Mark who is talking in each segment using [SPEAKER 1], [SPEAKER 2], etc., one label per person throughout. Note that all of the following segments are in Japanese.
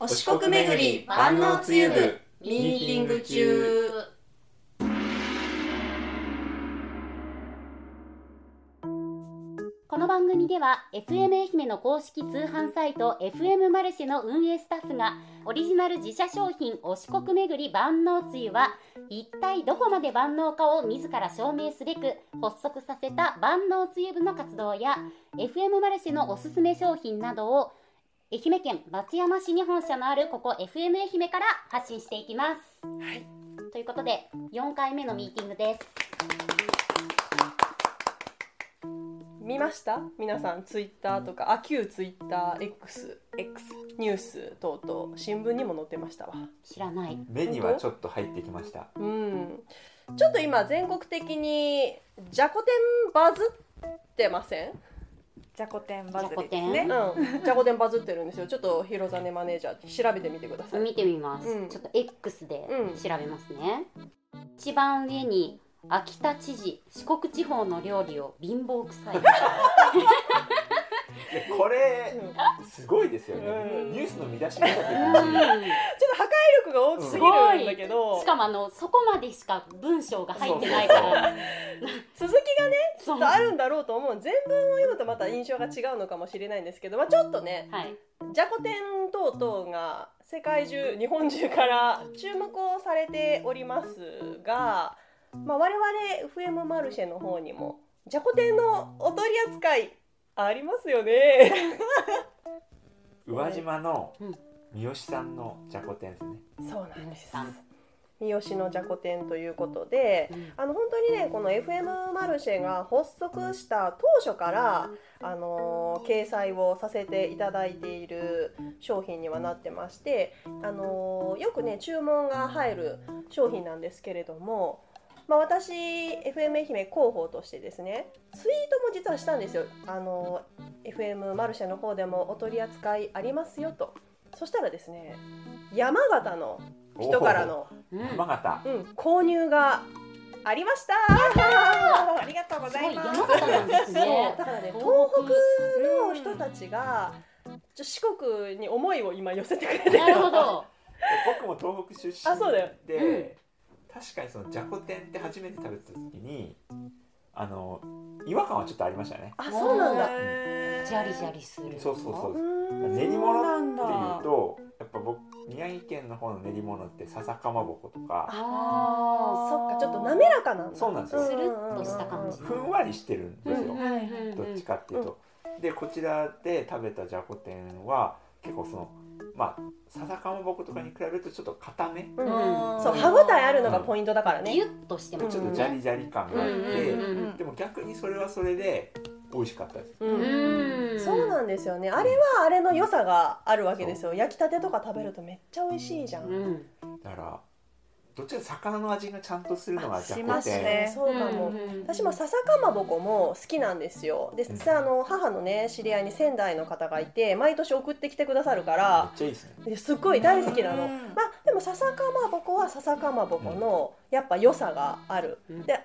[SPEAKER 1] お四国巡り万能つゆ部ミーティング中
[SPEAKER 2] この番組では FM 愛媛の公式通販サイト FM マルシェの運営スタッフがオリジナル自社商品お四国巡り万能つゆは一体どこまで万能かを自ら証明すべく発足させた万能つゆ部の活動や FM マルシェのおすすめ商品などを愛媛県松山市に本社のあるここ FM 愛媛から発信していきます。
[SPEAKER 1] はい
[SPEAKER 2] ということで4回目のミーティングです。
[SPEAKER 3] 見ました皆さんツイッターとかあ旧ツイッター X, X ニュース等々新聞にも載ってましたわ
[SPEAKER 2] 知らない。
[SPEAKER 1] 目にはちょっと入ってきました
[SPEAKER 3] うんちょっと今全国的にじゃこ天バズってません
[SPEAKER 4] じゃこ天バズ
[SPEAKER 2] じゃこ
[SPEAKER 4] りで
[SPEAKER 2] 天
[SPEAKER 4] すね
[SPEAKER 3] う。んじゃこ天バズってるんですよちょっと広ザネマネージャー調べてみてください
[SPEAKER 2] 見てみます、
[SPEAKER 3] うん
[SPEAKER 2] ちょっと X で
[SPEAKER 3] うん
[SPEAKER 2] 調べますね、一番上に秋田知事四国地方の料理を貧乏くさい
[SPEAKER 1] いやこれ
[SPEAKER 3] うん
[SPEAKER 1] すごいですよね
[SPEAKER 3] うん
[SPEAKER 1] ニュースの見出し見た時に
[SPEAKER 2] う
[SPEAKER 3] ちょっと破壊力が大きすぎるんだけど
[SPEAKER 2] んしかもあのそこまでしか文章が入ってないから
[SPEAKER 3] 続きがね
[SPEAKER 2] そ
[SPEAKER 3] ちょ
[SPEAKER 2] う
[SPEAKER 3] っとあるんだろうと思う全文を読むとまた印象が違うのかもしれないんですけど、まあ、ちょっとね
[SPEAKER 2] はい
[SPEAKER 3] じゃこ天等々が世界中日本中から注目をされておりますが、まあ、我々 FM マルシェの方にもじゃこ天のお取り扱いありますよね
[SPEAKER 1] 宇和島の
[SPEAKER 2] うん
[SPEAKER 1] 三好さんのじゃこ天ですね
[SPEAKER 3] そうなんです
[SPEAKER 2] 三好
[SPEAKER 3] 三好のじゃこ天ということで
[SPEAKER 2] うん
[SPEAKER 3] あの本当にねこの FM マルシェが発足した当初から、あのー掲載をさせていただいている商品にはなってまして、あのーよくね注文が入る商品なんですけれども、まあ、私 FM 愛媛広報としてですねツイートも実はしたんですよ、あのー FM マルシェの方でもお取り扱いありますよとそしたらですね山形の人からの
[SPEAKER 2] うん
[SPEAKER 1] 山形
[SPEAKER 3] うん、購入がありました。
[SPEAKER 4] ありがとうご
[SPEAKER 2] す
[SPEAKER 4] ざ
[SPEAKER 2] ご
[SPEAKER 4] い
[SPEAKER 2] い
[SPEAKER 4] ま
[SPEAKER 2] 山
[SPEAKER 4] す。
[SPEAKER 2] 形なんです
[SPEAKER 3] そう
[SPEAKER 2] ね
[SPEAKER 3] だからね、東北の人たちが、ちょ四国に思いを今寄せてくれてる。
[SPEAKER 2] なるほど
[SPEAKER 1] 僕も東北出身
[SPEAKER 3] あそうだよ
[SPEAKER 1] で確かにそのじゃこ天って初めて食べた時にあの違和感はちょっとありましたね
[SPEAKER 3] あ、そうなんだ。
[SPEAKER 2] ジャリジャリする
[SPEAKER 1] そうそうそう
[SPEAKER 3] う
[SPEAKER 1] 練
[SPEAKER 3] ーん
[SPEAKER 4] そ
[SPEAKER 1] り
[SPEAKER 4] う
[SPEAKER 1] 物っ
[SPEAKER 4] なん
[SPEAKER 1] ていう
[SPEAKER 4] だ。
[SPEAKER 1] とやっぱ僕宮城県の方の練り物って笹かまぼことか
[SPEAKER 2] あ
[SPEAKER 3] そっか、ちょっと滑らかなんだ。
[SPEAKER 1] そうなんですよ
[SPEAKER 2] スルッとした感じ
[SPEAKER 1] ふんわりしてるんですよ、
[SPEAKER 2] うんうんうん
[SPEAKER 1] どっちかっていうと、でこちらで食べたじゃこ天は結構そのまあ笹かまぼことかに比べるとちょっと硬め
[SPEAKER 3] うん
[SPEAKER 2] うん
[SPEAKER 3] そう、歯ごたえあるのがポイントだから
[SPEAKER 2] ギュ
[SPEAKER 3] ね。
[SPEAKER 2] ッとして
[SPEAKER 1] ちょ
[SPEAKER 2] ま
[SPEAKER 1] っ
[SPEAKER 2] す
[SPEAKER 1] とジャ
[SPEAKER 2] ね
[SPEAKER 1] リジャリ感
[SPEAKER 2] うん
[SPEAKER 1] があ
[SPEAKER 2] う
[SPEAKER 1] っ
[SPEAKER 2] ん
[SPEAKER 1] て、
[SPEAKER 2] うんうん
[SPEAKER 1] でも逆にそれはそれで美味しかったです
[SPEAKER 3] う
[SPEAKER 2] うんん
[SPEAKER 3] そうなんですよね。あれはあれの良さがあるわけですよ。焼きたてとか食べるとめっちゃ美味しいじゃん。
[SPEAKER 2] うん
[SPEAKER 1] だからどっちかというと魚の味がちゃんとするのがじゃこ
[SPEAKER 4] します
[SPEAKER 1] 天、
[SPEAKER 4] ね
[SPEAKER 3] そうかも。私も笹かまぼこも好きなんですよで実際あの母のね知り合いに仙台の方がいて毎年送ってきてくださるか
[SPEAKER 1] めっ
[SPEAKER 3] ら
[SPEAKER 1] ちゃいいですね
[SPEAKER 3] ですっごい大好きな
[SPEAKER 4] う
[SPEAKER 3] の、
[SPEAKER 4] ん
[SPEAKER 3] まあでも笹かまぼこは笹かまぼこのやっぱ良さがある
[SPEAKER 2] うん
[SPEAKER 3] であれ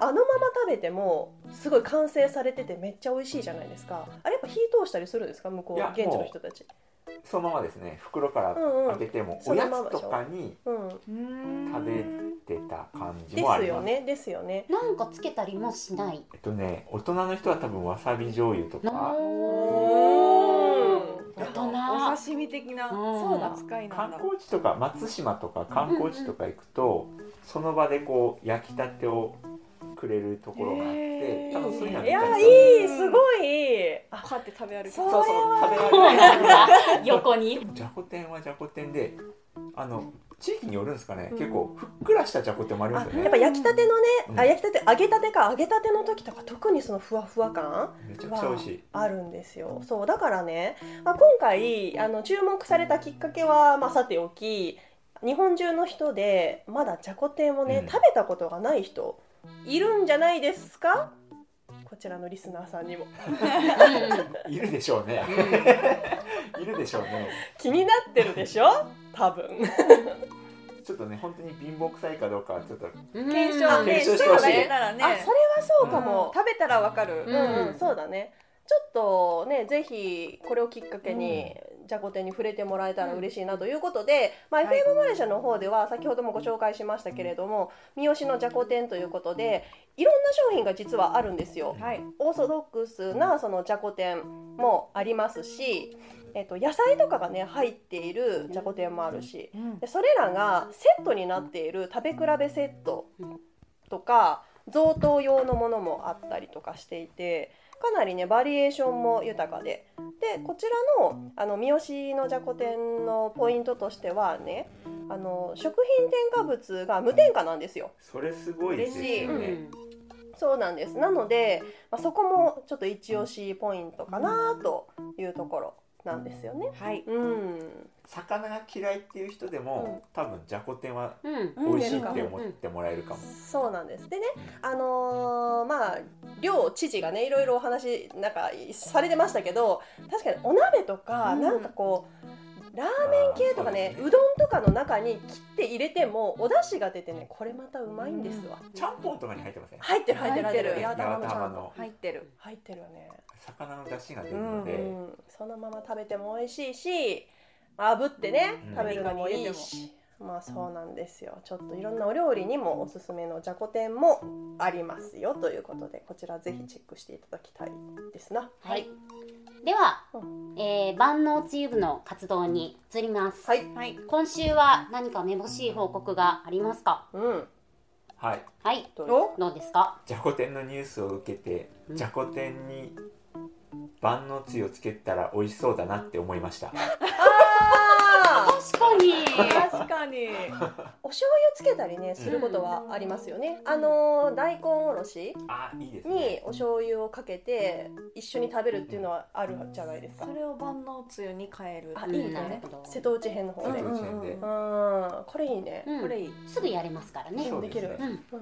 [SPEAKER 3] はあのまま食べてもすごい完成されててめっちゃ美味しいじゃないですかあれやっぱ火通したりするんですか向こ
[SPEAKER 1] いうや
[SPEAKER 3] 現地の人たち
[SPEAKER 1] そのままですね袋から
[SPEAKER 3] うんうん
[SPEAKER 1] 開けても、
[SPEAKER 3] そ
[SPEAKER 1] お
[SPEAKER 3] の
[SPEAKER 1] や
[SPEAKER 3] まま
[SPEAKER 1] つとかに
[SPEAKER 3] うん
[SPEAKER 1] 食べ出た感じ
[SPEAKER 3] で
[SPEAKER 1] もあ
[SPEAKER 3] す
[SPEAKER 1] り
[SPEAKER 3] よ
[SPEAKER 1] ます
[SPEAKER 3] ねですよね
[SPEAKER 2] なんかつけたりもしない
[SPEAKER 1] えっとね大人の人は多分わさび醤油とか
[SPEAKER 3] お
[SPEAKER 2] 大人
[SPEAKER 4] お刺身的な
[SPEAKER 2] そうだ
[SPEAKER 4] 扱いな
[SPEAKER 1] 観
[SPEAKER 4] んだ。
[SPEAKER 1] 光地とか松島とか観光地とか行くと、その場でこう焼きたてをくれるところがあって、
[SPEAKER 4] へー
[SPEAKER 1] 多分そういうのはい
[SPEAKER 3] や
[SPEAKER 1] めっちゃいい
[SPEAKER 3] いいすごいあ
[SPEAKER 4] こうやって食べ歩き。
[SPEAKER 3] そう
[SPEAKER 1] そうそう食べられる
[SPEAKER 2] 横に
[SPEAKER 1] じゃこ天はじゃこ天であの地域によるんですかね、
[SPEAKER 3] うん
[SPEAKER 1] 結構ふっくらしたじゃこ天もありますよ
[SPEAKER 3] やっ
[SPEAKER 1] ね
[SPEAKER 3] ぱ焼きたてのね、
[SPEAKER 1] うん
[SPEAKER 3] あ焼きたて揚げたてか揚げたての時とか特にそのふわふわ感
[SPEAKER 1] めちゃくちゃ美
[SPEAKER 3] は
[SPEAKER 1] 味しい
[SPEAKER 3] あるんですよそうだからね、まあ、今回あの注目されたきっかけは、まあ、さておき日本中の人でまだじゃこ天をね、
[SPEAKER 1] うん
[SPEAKER 3] 食べたことがない人いるんじゃないですかこちらのリスナーさんにも
[SPEAKER 1] いるでしょうね いるでしょうね
[SPEAKER 3] 気になってるでしょ多分
[SPEAKER 1] ちょっとね本当に貧乏くさいかどうかはちょっと
[SPEAKER 4] 検証
[SPEAKER 1] ね
[SPEAKER 4] ね、
[SPEAKER 1] 検証し
[SPEAKER 4] そ
[SPEAKER 1] てほ
[SPEAKER 4] う
[SPEAKER 1] しい
[SPEAKER 4] だけならね。
[SPEAKER 3] あそれはそうかも、
[SPEAKER 4] 食べたらわかる。
[SPEAKER 2] う
[SPEAKER 3] うん、
[SPEAKER 2] ん
[SPEAKER 3] そうだねちょっとねぜひこれをきっかけに、じゃこてに触れてもらえたら嬉しいなということで、まあ、FM マレーシアの方では先ほどもご紹介しましたけれども三好のじゃこ天ということでいろんな商品が実はあるんですよ。
[SPEAKER 4] はい。
[SPEAKER 3] オーソドックスなそのじゃこ天もありますし、えっと、野菜とかがね入っているじゃこ天もあるしでそれらがセットになっている食べ比べセットとか贈答用のものもあったりとかしていてかなりねバリエーションも豊かででこちらのあの三好のじゃこ天のポイントとしてはねあの食品添加物が無添加なんですよ。
[SPEAKER 1] それすごいですよ
[SPEAKER 2] う
[SPEAKER 1] ね。
[SPEAKER 2] ん
[SPEAKER 3] そうなんです。なので、まあ、そこもちょっと一押しポイントかなというところなんですよね。
[SPEAKER 4] はい。
[SPEAKER 3] うん。
[SPEAKER 1] 魚が嫌いっていう人でも、多分じゃこ天は
[SPEAKER 2] うん
[SPEAKER 4] うん
[SPEAKER 1] 美味しいって思ってもらえるかも。
[SPEAKER 3] そうなんです。でね、あのーまあ両知事がねいろいろお話なんかされてましたけど、確かにお鍋とか、
[SPEAKER 4] うん
[SPEAKER 3] なんかこうラーメン系とかね
[SPEAKER 1] あーそう
[SPEAKER 3] う
[SPEAKER 1] ですね
[SPEAKER 3] どんとかの中に切って入れてもお出汁が出てねこれまたうまいんですわ。
[SPEAKER 1] ちゃんぽんとかに入ってません。
[SPEAKER 3] 入ってる入ってる入ってる。
[SPEAKER 4] 入ってる
[SPEAKER 3] 八幡のちゃ
[SPEAKER 1] 玉
[SPEAKER 3] んと
[SPEAKER 1] の
[SPEAKER 4] 入ってる。
[SPEAKER 3] 入ってるよね。
[SPEAKER 1] 魚の出汁が出るので、
[SPEAKER 3] うん、そのまま食べても美味しいし炙ってね、
[SPEAKER 1] うん
[SPEAKER 3] 食べるのもいいしまあそうなんですよちょっといろんなお料理にもおすすめのじゃこ天もありますよということでこちらぜひチェックしていただきたいですな
[SPEAKER 2] はい。では
[SPEAKER 3] う、
[SPEAKER 2] えー万能つゆ部の活動に移ります。
[SPEAKER 3] はい
[SPEAKER 4] はい。
[SPEAKER 2] 今週は何かめぼしい報告がありますか。
[SPEAKER 3] うん
[SPEAKER 1] はい。
[SPEAKER 2] はい。
[SPEAKER 3] どう
[SPEAKER 4] お
[SPEAKER 2] どうですか。
[SPEAKER 1] じゃこ天のニュースを受けて、じゃこ天に万能つゆをつけたら美味しそうだなって思いました。
[SPEAKER 3] あ
[SPEAKER 2] 確かに。
[SPEAKER 4] 確かに。
[SPEAKER 3] ーお醤油つけたりねすることはありますよね、あのー大根おろし
[SPEAKER 1] あ、いいです
[SPEAKER 3] に
[SPEAKER 1] ね。
[SPEAKER 3] お醤油をかけて一緒に食べるっていうのはあるじゃないですか
[SPEAKER 4] それを万能つゆに変える。
[SPEAKER 3] あ
[SPEAKER 2] う
[SPEAKER 3] い
[SPEAKER 2] ん
[SPEAKER 3] い
[SPEAKER 2] なる
[SPEAKER 3] ね
[SPEAKER 2] ほど
[SPEAKER 3] 瀬戸内編の方
[SPEAKER 1] そ
[SPEAKER 3] ね
[SPEAKER 1] れ
[SPEAKER 3] う
[SPEAKER 1] うんん
[SPEAKER 4] ん
[SPEAKER 1] うん
[SPEAKER 3] これいいね
[SPEAKER 2] うん
[SPEAKER 4] これいい。
[SPEAKER 2] すぐやれますからね
[SPEAKER 1] そ。う
[SPEAKER 3] で
[SPEAKER 1] です
[SPEAKER 3] きる
[SPEAKER 1] ね。
[SPEAKER 2] うん。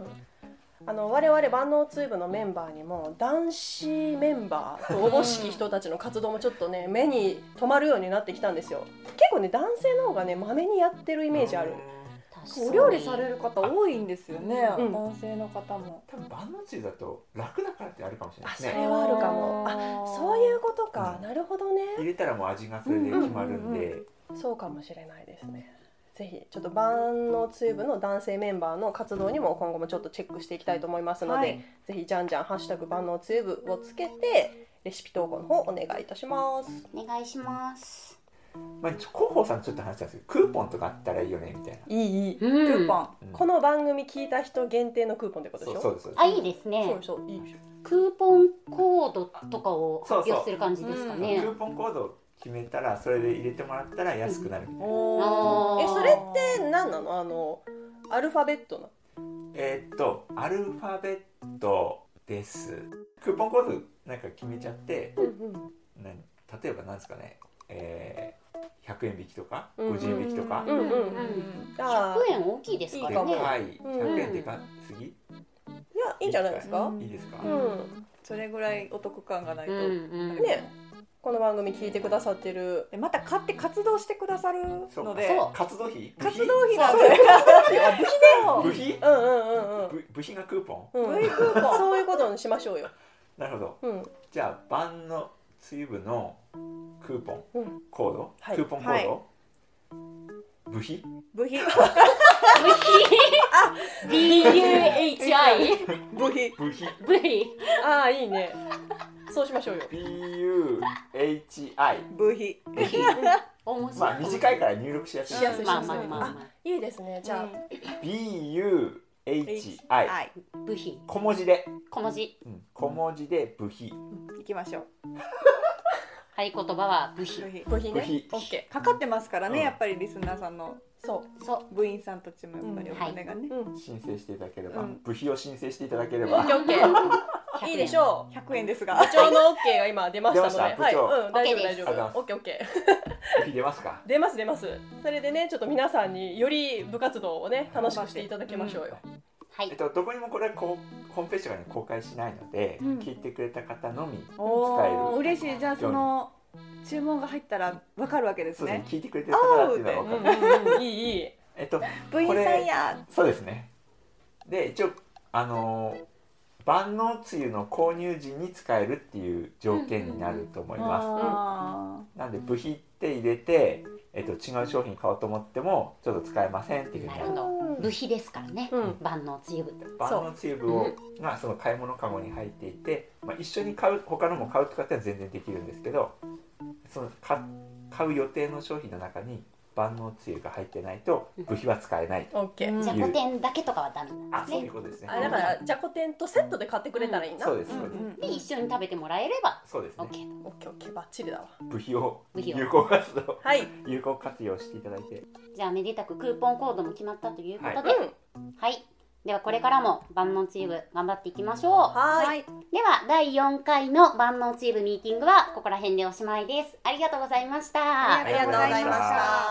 [SPEAKER 3] あの我々万能ツーブのメンバーにも男子メンバーとおぼしき人たちの活動もちょっとね目に留まるようになってきたんですよ結構ね男性の方がねまめにやってるイメージある
[SPEAKER 2] 確かに
[SPEAKER 4] お料理される方多いんですよね。
[SPEAKER 3] うん
[SPEAKER 4] 男性の方も。
[SPEAKER 1] 多分万能つゆだと楽だからってあるかもしれないです
[SPEAKER 3] あ
[SPEAKER 1] ね。
[SPEAKER 3] れはあるかも
[SPEAKER 4] あ
[SPEAKER 3] そういうことか、
[SPEAKER 1] うん
[SPEAKER 3] なるほどね
[SPEAKER 1] 入れたらもう味がそれで決まる
[SPEAKER 4] うん
[SPEAKER 1] ん
[SPEAKER 4] うんうん
[SPEAKER 1] で、
[SPEAKER 3] そうかもしれないですねぜひちょっと万能ツーブの男性メンバーの活動にも今後もちょっとチェックしていきたいと思いますので、
[SPEAKER 4] はい
[SPEAKER 3] ぜひじゃんじゃん「ハッシュタグ万能ツーブ」をつけてレシピ投稿の方お願いいたします
[SPEAKER 2] お願いします。
[SPEAKER 1] まあちょ広報さんとちょっと話したんですけど、クーポンとかあったらいいよねみたいな。
[SPEAKER 3] いいいい
[SPEAKER 2] ク
[SPEAKER 4] クーポン。
[SPEAKER 1] うん
[SPEAKER 3] この番組聞いた人限定のクーポンってこと
[SPEAKER 1] そ
[SPEAKER 3] でしょ
[SPEAKER 1] うそうですそうです。
[SPEAKER 2] あ、いいです
[SPEAKER 3] そう
[SPEAKER 2] ね
[SPEAKER 3] で。しょいいでしょ
[SPEAKER 2] クーポンコードとかを発表する感じですか
[SPEAKER 1] ク
[SPEAKER 2] ね。
[SPEAKER 1] ーポンコードを決めたらそれで入れてもらったら安くなるみたいな。
[SPEAKER 2] おー
[SPEAKER 3] えそれって何なのあのアルファベットな
[SPEAKER 1] えーっとアルファベットです。クーポンコードなんか決めちゃって、何例えばなんですかね、えー、100円引きとか
[SPEAKER 3] うんうん
[SPEAKER 1] 50円引きとか、
[SPEAKER 3] うんうんうんあ
[SPEAKER 2] 100円大きいですか
[SPEAKER 3] いい
[SPEAKER 2] ら
[SPEAKER 3] かも
[SPEAKER 1] で
[SPEAKER 2] ね。
[SPEAKER 1] かい100円でかすぎ、
[SPEAKER 3] いやいいんじゃないですか、
[SPEAKER 4] うん
[SPEAKER 1] いいですか、
[SPEAKER 3] うん
[SPEAKER 4] それぐらいお得感がないと。
[SPEAKER 2] うんうん
[SPEAKER 3] ねこの番組聞いてくださってる
[SPEAKER 4] でまた買って活動してくださる
[SPEAKER 1] そう
[SPEAKER 4] ので
[SPEAKER 2] そう
[SPEAKER 1] 活動費部
[SPEAKER 4] 活
[SPEAKER 1] 費
[SPEAKER 4] 動費が
[SPEAKER 3] そうよ
[SPEAKER 1] 部費
[SPEAKER 3] うんうんうんうん
[SPEAKER 1] 部部費がクーポ
[SPEAKER 3] うん
[SPEAKER 4] V クーポン
[SPEAKER 3] そういうことにしましょうよ
[SPEAKER 1] ンなるほど
[SPEAKER 3] うん
[SPEAKER 1] じゃあ万のつゆ部のクーポン
[SPEAKER 3] うん
[SPEAKER 1] コード、
[SPEAKER 3] はい
[SPEAKER 1] クーポンコード、部費
[SPEAKER 4] 部費
[SPEAKER 2] B U H I
[SPEAKER 3] 部費
[SPEAKER 1] 部費
[SPEAKER 2] V
[SPEAKER 3] ああいいねそうしましょうよ
[SPEAKER 1] BUHI
[SPEAKER 4] 部費
[SPEAKER 2] 面白
[SPEAKER 1] まあ
[SPEAKER 2] い。
[SPEAKER 1] 短いから入力しやすい
[SPEAKER 3] しやすいし
[SPEAKER 2] ま
[SPEAKER 3] や
[SPEAKER 2] あ
[SPEAKER 3] すい
[SPEAKER 2] まあまあま
[SPEAKER 3] いいですねじゃあ、
[SPEAKER 1] BUHI
[SPEAKER 4] い
[SPEAKER 2] あ。部費
[SPEAKER 1] 小文字で、
[SPEAKER 2] 小文字
[SPEAKER 1] うん小文字で部費
[SPEAKER 4] 行きましょう
[SPEAKER 2] 合言葉は部
[SPEAKER 4] 部
[SPEAKER 2] 費。
[SPEAKER 4] 費
[SPEAKER 3] 部費
[SPEAKER 1] 部
[SPEAKER 3] ね
[SPEAKER 1] 費
[SPEAKER 3] オッケ
[SPEAKER 4] かかってますからね、
[SPEAKER 1] うん
[SPEAKER 4] やっぱりリスナーさんの
[SPEAKER 3] ーそ
[SPEAKER 2] そう。
[SPEAKER 4] 部員さんたちもやっぱりお金がね、
[SPEAKER 3] ううん
[SPEAKER 1] 申請していただければ、
[SPEAKER 4] うん
[SPEAKER 1] 部費を申請していただけれ
[SPEAKER 3] オッ
[SPEAKER 1] ば
[SPEAKER 3] ケーオッケー
[SPEAKER 2] 100円
[SPEAKER 3] いいでしょう
[SPEAKER 4] 100円ですが
[SPEAKER 3] 部長のオッケーが今出ましたので
[SPEAKER 1] 出ました
[SPEAKER 3] はい、
[SPEAKER 1] 部長
[SPEAKER 3] うん、大丈夫
[SPEAKER 2] OK です
[SPEAKER 1] あ
[SPEAKER 3] 大丈
[SPEAKER 1] りが
[SPEAKER 3] 夫
[SPEAKER 1] と
[SPEAKER 3] オッケーオッケー
[SPEAKER 1] 部費出ますか
[SPEAKER 3] 出ます出ますそれでねちょっと皆さんにより部活動をね楽しくしていただきましょうよ、
[SPEAKER 2] は
[SPEAKER 1] えっ
[SPEAKER 2] い。
[SPEAKER 1] と、どこにもこれこうホームページとかに公開しないので、
[SPEAKER 4] うん
[SPEAKER 1] 聞いてくれた方のみ
[SPEAKER 4] おお
[SPEAKER 1] 使える
[SPEAKER 4] 嬉しいじゃあその注文が入ったらわかるわけです
[SPEAKER 1] そうですね
[SPEAKER 4] ね
[SPEAKER 1] 聞いてくれてる方だっていうのは分かる、
[SPEAKER 3] うんうん、いいいい
[SPEAKER 1] えっと
[SPEAKER 4] 部員さんや
[SPEAKER 1] そうですねで一応あのー万能つゆの購入時に使えるっていう条件になると思います。
[SPEAKER 4] あ
[SPEAKER 1] なんで部費って入れて、えっと、違う商品買おうと思ってもちょっと使えませんっていうふうに
[SPEAKER 2] なるほど部費ですからね、
[SPEAKER 3] うん
[SPEAKER 2] 万能つゆ部
[SPEAKER 1] 万能チューブをがその買い物カゴに入っていて、まあ、一緒に買う他のも買うとかってのは全然できるんですけどその買買う予定の商品の中に万能つゆが入ってないと部費は使えないと、
[SPEAKER 3] オッケー。
[SPEAKER 2] じゃこ天だけとかはダメなん
[SPEAKER 1] あ
[SPEAKER 2] です
[SPEAKER 1] そうい
[SPEAKER 2] ね
[SPEAKER 1] うことですね
[SPEAKER 3] あだからじゃこ天とセットで買ってくれたらいいな。
[SPEAKER 1] そうです
[SPEAKER 4] ーう
[SPEAKER 1] そ
[SPEAKER 4] ん
[SPEAKER 1] うです、
[SPEAKER 4] うん
[SPEAKER 2] で一緒に食べてもらえれば
[SPEAKER 1] そうです
[SPEAKER 2] OK
[SPEAKER 1] ね
[SPEAKER 3] オッケーオッケーバッチリだわ。
[SPEAKER 1] 部費を
[SPEAKER 2] 部費を
[SPEAKER 1] 有効活動
[SPEAKER 3] はい。うん。
[SPEAKER 1] 有効活用していただいて
[SPEAKER 2] とじゃあめでたくクーポンコードも決まったということで、
[SPEAKER 1] は
[SPEAKER 2] はいではこれからも万能つゆ部頑張っていきましょう
[SPEAKER 3] はーい。
[SPEAKER 2] では第4回の万能チームミーティングはここら辺でおしまいです。ありがとうございました。
[SPEAKER 4] ありがとうございました。